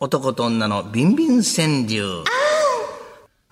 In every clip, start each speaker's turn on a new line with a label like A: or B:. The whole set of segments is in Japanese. A: 男と女のビンビン川柳。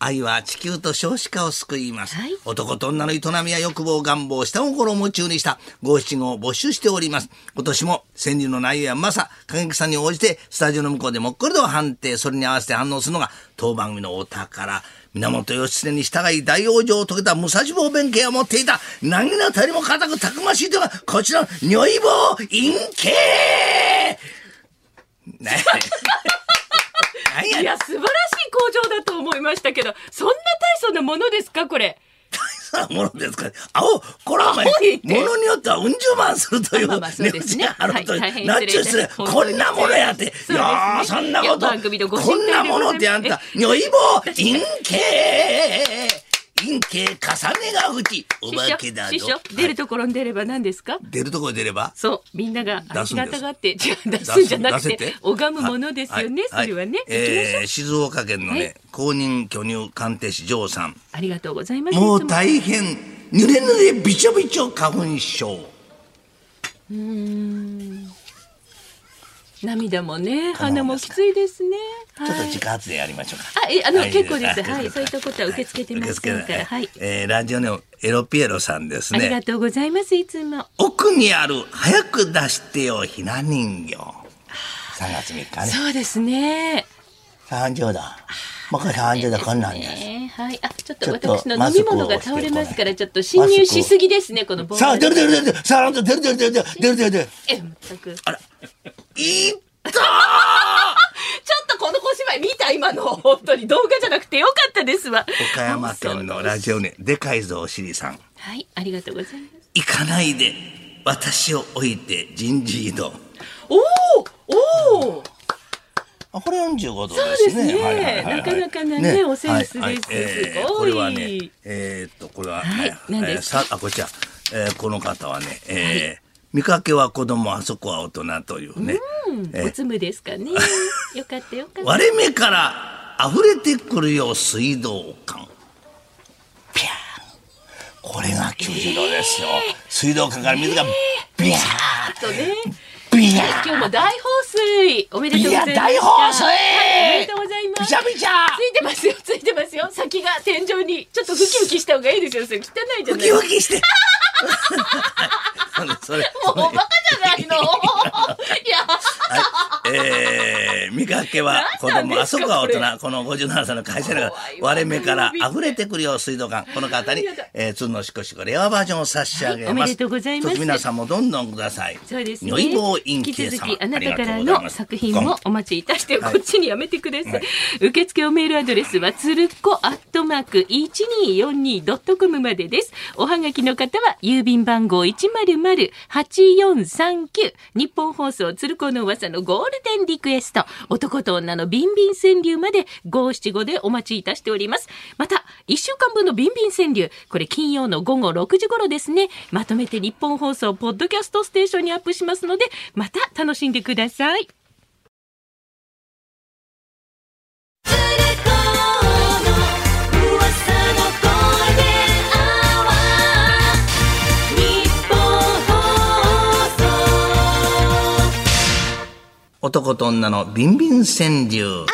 A: 愛は地球と少子化を救います、
B: はい
A: 男と女の営みや欲望願望下心を夢中にした五七五を募集しております今年も川柳の内容やまさ過激さに応じてスタジオの向こうでもっこりと判定それに合わせて反応するのが当番組のお宝源義経に従い大往生を遂げた武蔵坊弁慶を持っていた何なたりも固くたくましいというのがこちらの如意棒陰慶ね何や
B: い
A: ねん
B: や素晴らしい工場だと思いましたけどそんな大層なものですかこれ
A: さあものですから、青、これはお前、も
B: 青いって
A: のによってはうん十万するという、
B: まあまあそうですね
A: 値打ちがあるという
B: はい大変
A: なんちゅう失
B: 失
A: 礼
B: 礼
A: こんなものやっ
B: 本
A: て、
B: 当
A: い
B: に
A: やー、そ
B: そうですね
A: んなこと、
B: いや番組のご
A: こ
B: 心配
A: ん
B: でござ
A: ない
B: ます
A: ものってあんた、如意棒、陰形、陰形、重ねが淵、お化けだぞ
B: 師匠師匠出るところに出れば何ですか、
A: 出るとこへ出れば
B: そうみんなが
A: 出す
B: 足
A: んです
B: 形があってじゃあ出すんじゃなく
A: 出せ
B: て拝むものですよね、
A: はい
B: それはね、
A: いえー静岡県のね、
B: はい
A: 公認巨乳鑑定士、ジョーさん。
B: ありがとうございます
A: もう
B: いつ
A: 大変濡れ濡れびちょびちょ花粉症
B: 涙もね鼻もきついですね
A: ちょっと
B: はい
A: 自家発電やりましょうか
B: あえあの
A: はい
B: 結構です
A: あ
B: はいそういったことは受け付けてませんから
A: は
B: はいい
A: えーラジオネオエロピエロさんです
B: ありが
A: ね
B: とうございますいつも
A: 奥にある早く出してよひな人形三月三日ね
B: そうですね
A: 三十度もうこれ三十度こんなんです
B: ねはい、あ、ちょっ
A: ち
B: と
A: ょっと
B: 私の飲み物が倒れますから、ちょっと侵入しすぎですね、このボー
A: さあ
B: ル。
A: 出る出る出る出るさあ出る出る出る出る出る出る出る
B: え、全く。ちょっ
A: いったー
B: とこの小芝居見た、今の、本当に動画じゃなくて、よかったですわ。
A: 岡山県のラジオネでかいぞおしりさん
B: はい、ありがとうございます。
A: 行かないで私を置いて人事異動
B: おお、おお。
A: あこれ45度で
B: そうですす
A: ね
B: ね
A: はいはいはいはい
B: なかなかなねおセンスですすごい
A: これはねえーっとこれは、
B: はい
A: えー
B: 何です
A: えーさあこちら、えーこの方はね、えー見かけは子供あそこは大人というね、えー
B: おつむですかね。よかった、よかった。
A: 割れ目から溢れてくるよ水道管ピャーこれが90度ですよ、水道管から水がビャー
B: とね、
A: ビャー
B: 今日も大放水、おめでとうございます。
A: いや大放水
B: はいおめでとうございま
A: び
B: す
A: ち。ゃびちゃ
B: ついてますよ、ついてますよ。先が天井に、ちょっとウキウキした方がいいですよ。それ汚いじゃ
A: ウ
B: ない
A: キウ キして。 それ
B: もうバカじ ゃないの。いや、
A: はい、えー、見かけは子
B: 何なんです
A: 供、
B: か
A: あそこは
B: こ
A: 大人、この57歳の会社が
B: 怖いわ
A: 割れ目から溢れてくるよう水道管、この方に、えー、つんのしこしこレアバージョンを差し上げ
B: はい
A: ます。
B: おめでとうございます
A: ちょっと皆さんもどんどんください。
B: そうですね。
A: 如意棒陰
B: 引き
A: 茎
B: 続
A: さん
B: きあなたから
A: ありがとうございま
B: の
A: す
B: 作品もお待ちいたして、こっちにやめてください。
A: はい
B: 受付おメールアドレスは、つるこアットマーク 1242.com までです。おはがきの方は、郵便番号100-8439、日本放送つるこの噂のゴールデンリクエスト、男と女のビンビン川柳まで575でお待ちいたしております。また、1週間分のビンビン川柳、これ金曜の午後6時頃ですね、まとめて日本放送ポッドキャストステーションにアップしますので、また楽しんでください。
A: 男と女のビンビン川柳。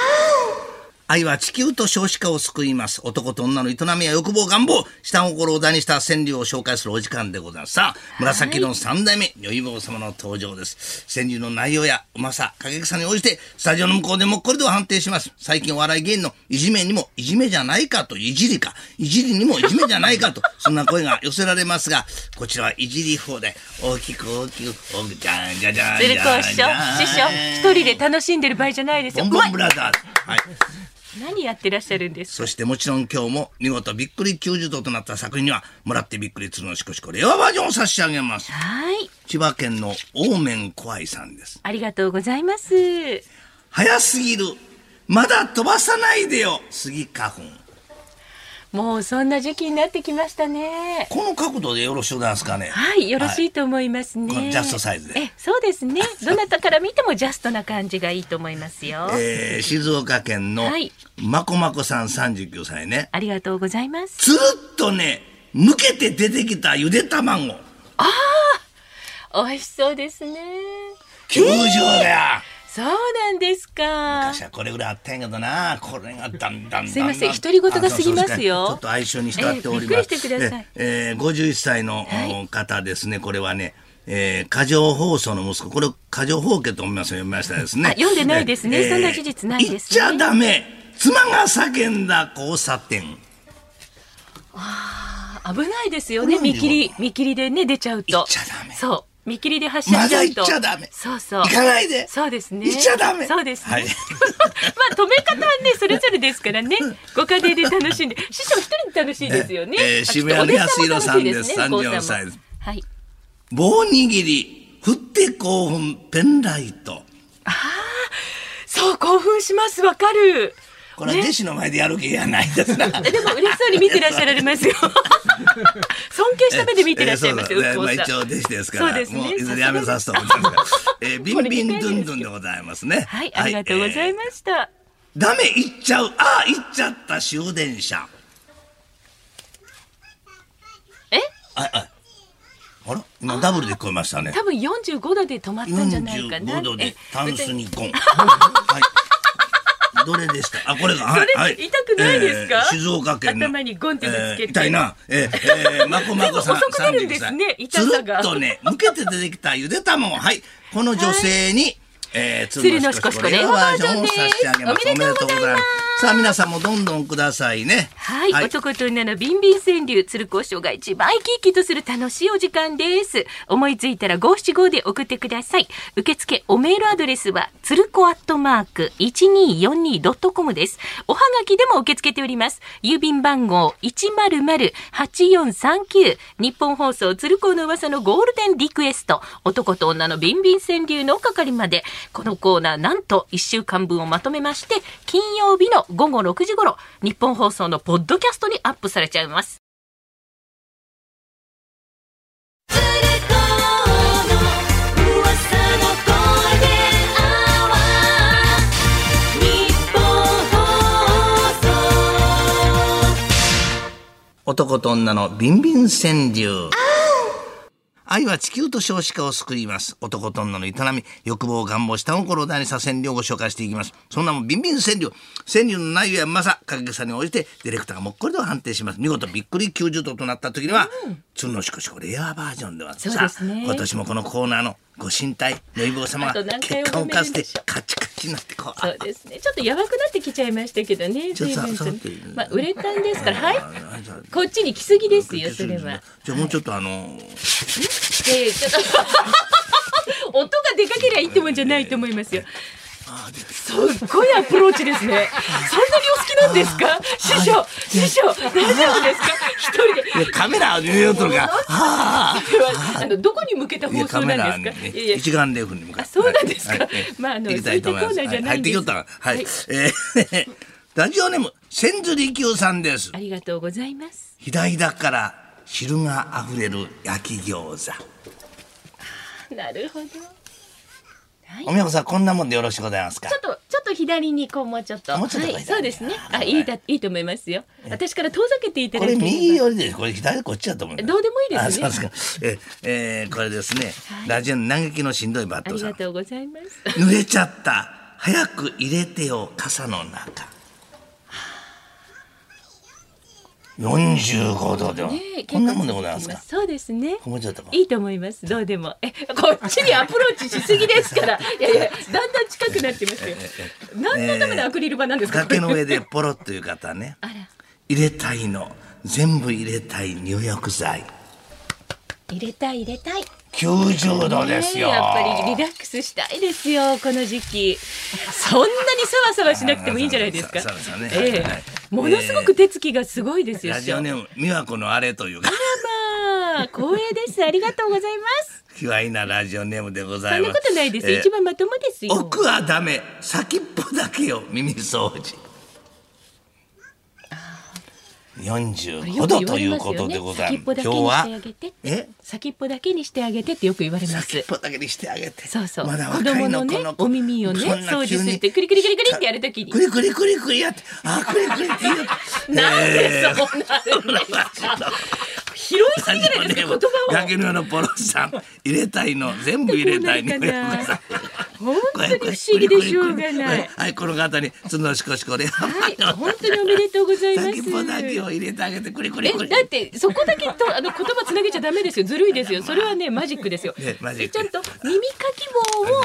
A: 愛は地球と少子化を救います。男と女の営みや欲望、願望、下心を題にした川柳を紹介するお時間でございます。さあ、紫の三代目、如意坊様の登場です。川柳の内容やうまさ、過激さに応じて、スタジオの向こうでもっこりと判定します。最近お笑い芸人のいじめにも、いじめじゃないかと、いじりか、いじりにもいじめじゃないかと、そんな声が寄せられますが、こちらはいじり方で、大きく大きく、大きく、じゃんじゃんじゃんじゃん
B: 鶴
A: じゃん。
B: 光師匠、師匠、一人で楽しんでる場合じゃないです
A: ボ
B: よ。
A: ンボンブラザーズ。はい。
B: 何やってらっしゃるんです
A: そしてもちろん今日も見事びっくり90度となった作品には、もらってびっくりつるのしこしこレアバージョンを差し上げます。
B: はい、
A: 千葉県のオーメン怖いさんです。
B: ありがとうございます。
A: 早すぎる。まだ飛ばさないでよ。杉花粉。
B: もうそんな時期になってきましたね。
A: この角度でよろしゅうございますかね。
B: はい、よろしいと思いますね。
A: このジャストサイズで
B: え、そうですね。どなたから見てもジャストな感じがいいと思います よ。
A: えー、静岡県の
B: はい
A: まこまこさん39歳ね。
B: ありがとうございます。
A: つるっとね、むけて出てきたゆで卵。
B: 美味しそうですね。
A: 90度や。
B: そうなんですか。
A: 昔はこれぐらいあったんやけどなこれがだんだんだんだ
B: すいません独り言が過ぎますよ
A: あそうそうですかちょっと哀愁にしてってお
B: ええびっ
A: ります
B: くりしてください
A: ええー51歳のお方ですねこれはねえー、過剰放送の息子これを過剰放棄と思いますよ読みましたです
B: あ
A: ね
B: 読んでないですねそんな事実ないですね
A: 言っちゃダメ妻が叫んだ交差点
B: 危ないですよね。
A: なんで
B: 見切り、見切りでね、出ちゃうと。
A: 行っちゃダメ
B: そう。見切りで発車
A: ま
B: しちゃ
A: だ
B: う
A: 行
B: と。
A: っちゃダメ
B: そうそう。
A: 行かないで
B: そうですね。
A: 行っちゃダメ
B: そうですね。
A: は い
B: まあ、止め方はね、それぞれですからね。ご家庭で楽しんで。師匠一人で楽しいですよね。
A: ええええ
B: あきっと
A: 渋谷の安弘さんです
B: お弟子も楽しい
A: 34歳です
B: ねはい。
A: 棒握り振って興奮ペンライト
B: そう、興奮します。わかる。
A: これは弟子の前でやる気やないですな、
B: えでも嬉しそうに見てらっしゃられます よ。尊敬した目で見てらっしゃいますよ、
A: えー
B: 右
A: そうだねまあ
B: 近さ
A: 一
B: ん
A: 応弟子ですから、
B: そうですね
A: もういずれやめさせてもらって ますから。えー、ビンビンドゥンドゥンでございますね。
B: はい、ありがとうござい
A: す。
B: ました。
A: えーダメ行っちゃう。ああ、行っちゃった終電車。
B: え
A: あ、あ、あら今ダブルで聞こえましたね。
B: 多分45度で止まったんじゃないかな。
A: 45度
B: え
A: でタンスにゴン。
B: 別
A: はい。どれでしたあ、これが、は
B: そ
A: い
B: れ
A: はい。
B: 痛くないですか
A: えー静岡県の。
B: 頭にゴンっていうのつけて
A: えー痛いな。えーえー、まこまこさん、
B: でも遅くなるんですね
A: 39
B: 痛
A: 歳
B: さが
A: つるっとね、向けて出てきたゆで卵。はい。この女性に、えー、
B: 鶴のしこしこレオバージョンで
A: レオ
B: す
A: バージョンを差し上げます。
B: おめでとうございます
A: おめさあ、皆さんもどんどんくださいね。
B: はい、男と女のビンビン川柳、鶴光師匠が一番生き生きとする楽しいお時間です。思いついたら五七五で送ってください。受付おメールアドレスは、鶴子アットマーク 1242.com です。おはがきでも受け付けております。郵便番号100-8439、日本放送鶴子の噂のゴールデンリクエスト、男と女のビンビン川柳の係まで、このコーナーなんと1週間分をまとめまして、金曜日の午後6時頃、日本放送のポッドキャストにアップされちゃいます。
A: 男と女のビンビン川柳。愛は地球と少子化を救います。男と女の営み、欲望、願望、下心を大にした川柳をご紹介していきます。そんなもん、ビンビン川柳。川柳の内容やうさ、影さに応じて、ディレクターがもっこりと判定します。見事、びっくり90度となった時には、つ、る、のしこしこ、令和バージョンでは。
B: そうですね
A: さあ今年もこのコーナーのご神体、のいぼう様
B: あと
A: が
B: 何回
A: 血管を浮かせ
B: お
A: て
B: 飲みになるんでしょう、
A: カチカチになって、こう、
B: そうですね。ちょっとやばくなってきちゃいましたけどね。
A: ちょっとさ
B: 随分と
A: 触っていい
B: まあ、ウレタンですから、はい。
A: あじゃあ
B: こっちに来すぎですよ、 それは。
A: じゃあもうちょっとあの、
B: ええちょっと 音がでかけりゃいいってもんじゃないと思いますよ。すっごいアプローチですね。そんなにお好きなんですか、師匠、師匠、大丈夫ですか、一人で。
A: いやカメラニューヨークが、
B: それはあのどこに向けた
A: い
B: 放
A: や
B: 送
A: カメラ
B: なん
A: に
B: で
A: ね
B: すか。いやいや
A: 一眼レフに向かって。
B: あそうなんですか
A: はいはい
B: まああの
A: 行きたいと思います
B: そういったコーナーじゃな
A: は
B: い
A: 入
B: んで
A: って
B: す
A: きよったなは
B: は
A: い。え
B: い
A: ー ラジオネーム千鶴久さんです
B: あ。りがとうございます。
A: ひだひだから汁があふれる焼き餃子。
B: なるほど。ちょ
A: おみやこさんこんなもんでよろしくございますか。
B: っとちょっと左にこうもうちょっと。
A: もうちょっ
B: は
A: とこ
B: い、
A: れ
B: そうですね。あ
A: はい
B: いいだいいと思いますよ。私から遠ざけていた
A: こ
B: だけ
A: れ
B: れば。
A: 右寄りです。これ左こっちだと思う。
B: どうでもいいですね
A: あそうですか。ええーこれですね
B: は。い
A: ラジオの嘆きのしんどいバッ
B: あ
A: ト
B: り
A: さん
B: が。とうございます。
A: 濡れちゃった早く入れてよ傘の中45度では、
B: ね
A: こんなもんでございますか
B: そうですね。
A: もうちょっとか
B: いいと思います。どうでも。え、こっちにアプローチしすぎです から。いやいや、だんだん近くなってますよ。何のためのアクリル板なんですか。
A: 崖の
B: これ
A: 上でポロッという方ね
B: あら、
A: 入れたいの全部入れたい入浴剤
B: 入れたい入れたい。
A: 90度ですよ、
B: ねえやっぱりリラックスしたいですよ。この時期。そんなにサワサワしなくてもいいんじゃないですか
A: そうそうそうね。
B: え
A: はい
B: え、ものすごく手つきがすごいですよ。
A: ラジオネーム美和子のあれというか
B: まあ、光栄です。ありがとうござい ます。
A: 卑猥なラジオネームでござ
B: そ
A: い
B: ん
A: ます
B: なことないです。
A: えー
B: 一番まともですよ。
A: 奥はダメ先っぽだけよ耳掃除45度ということでございます
B: 先っ
A: 今日
B: ぽだけにしてあ
A: は
B: げて先っぽだけにしてあげて
A: え
B: ってよく言われま
A: 先っ
B: す。
A: ぽだけにしてあげて
B: そうそう
A: まだ若いの
B: 子供のね
A: この
B: お耳をね
A: そんな
B: 掃除するって
A: 急に
B: クリクリクリクリってやるときに
A: クリクリクリクリやってあクリクリって言う
B: なんで
A: えー
B: そう なるんですか。拾いすぎじゃないですか言葉を。
A: 崖の上のポロさん入れたいの全部入れたい
B: どこ
A: ね
B: になるかな本当に不思議でしょうがない。
A: はい、この方に、つのしこしこで。
B: はい、本当におめでとうございます。
A: 先っぽだけを入れてあげて、くれくれ
B: え
A: くれ。
B: だってそこだけとあの言葉つなげちゃダメですよずるいですよそれはねマジックですよ、
A: ねマジック
B: ちゃんと耳かき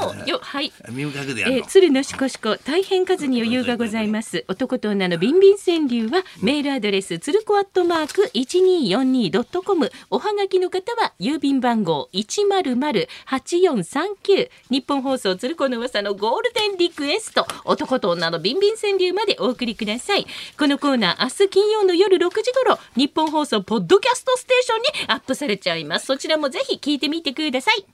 B: 棒をよはい
A: 耳かきでやる
B: え
A: の。
B: 鶴のしこしこ大変数に余裕がございます男と女のビンビン川柳はメールアドレス鶴子アットマーク 1242.com おはがきの方は郵便番号100-8439日本放送鶴子の噂のゴールデンリクエスト男と女のビンビン川柳までお送りくださいこのコーナー明日金曜の夜6時頃日本放送ポッドキャストステーションにアップされちゃいますそちらもぜひ聞いてみてください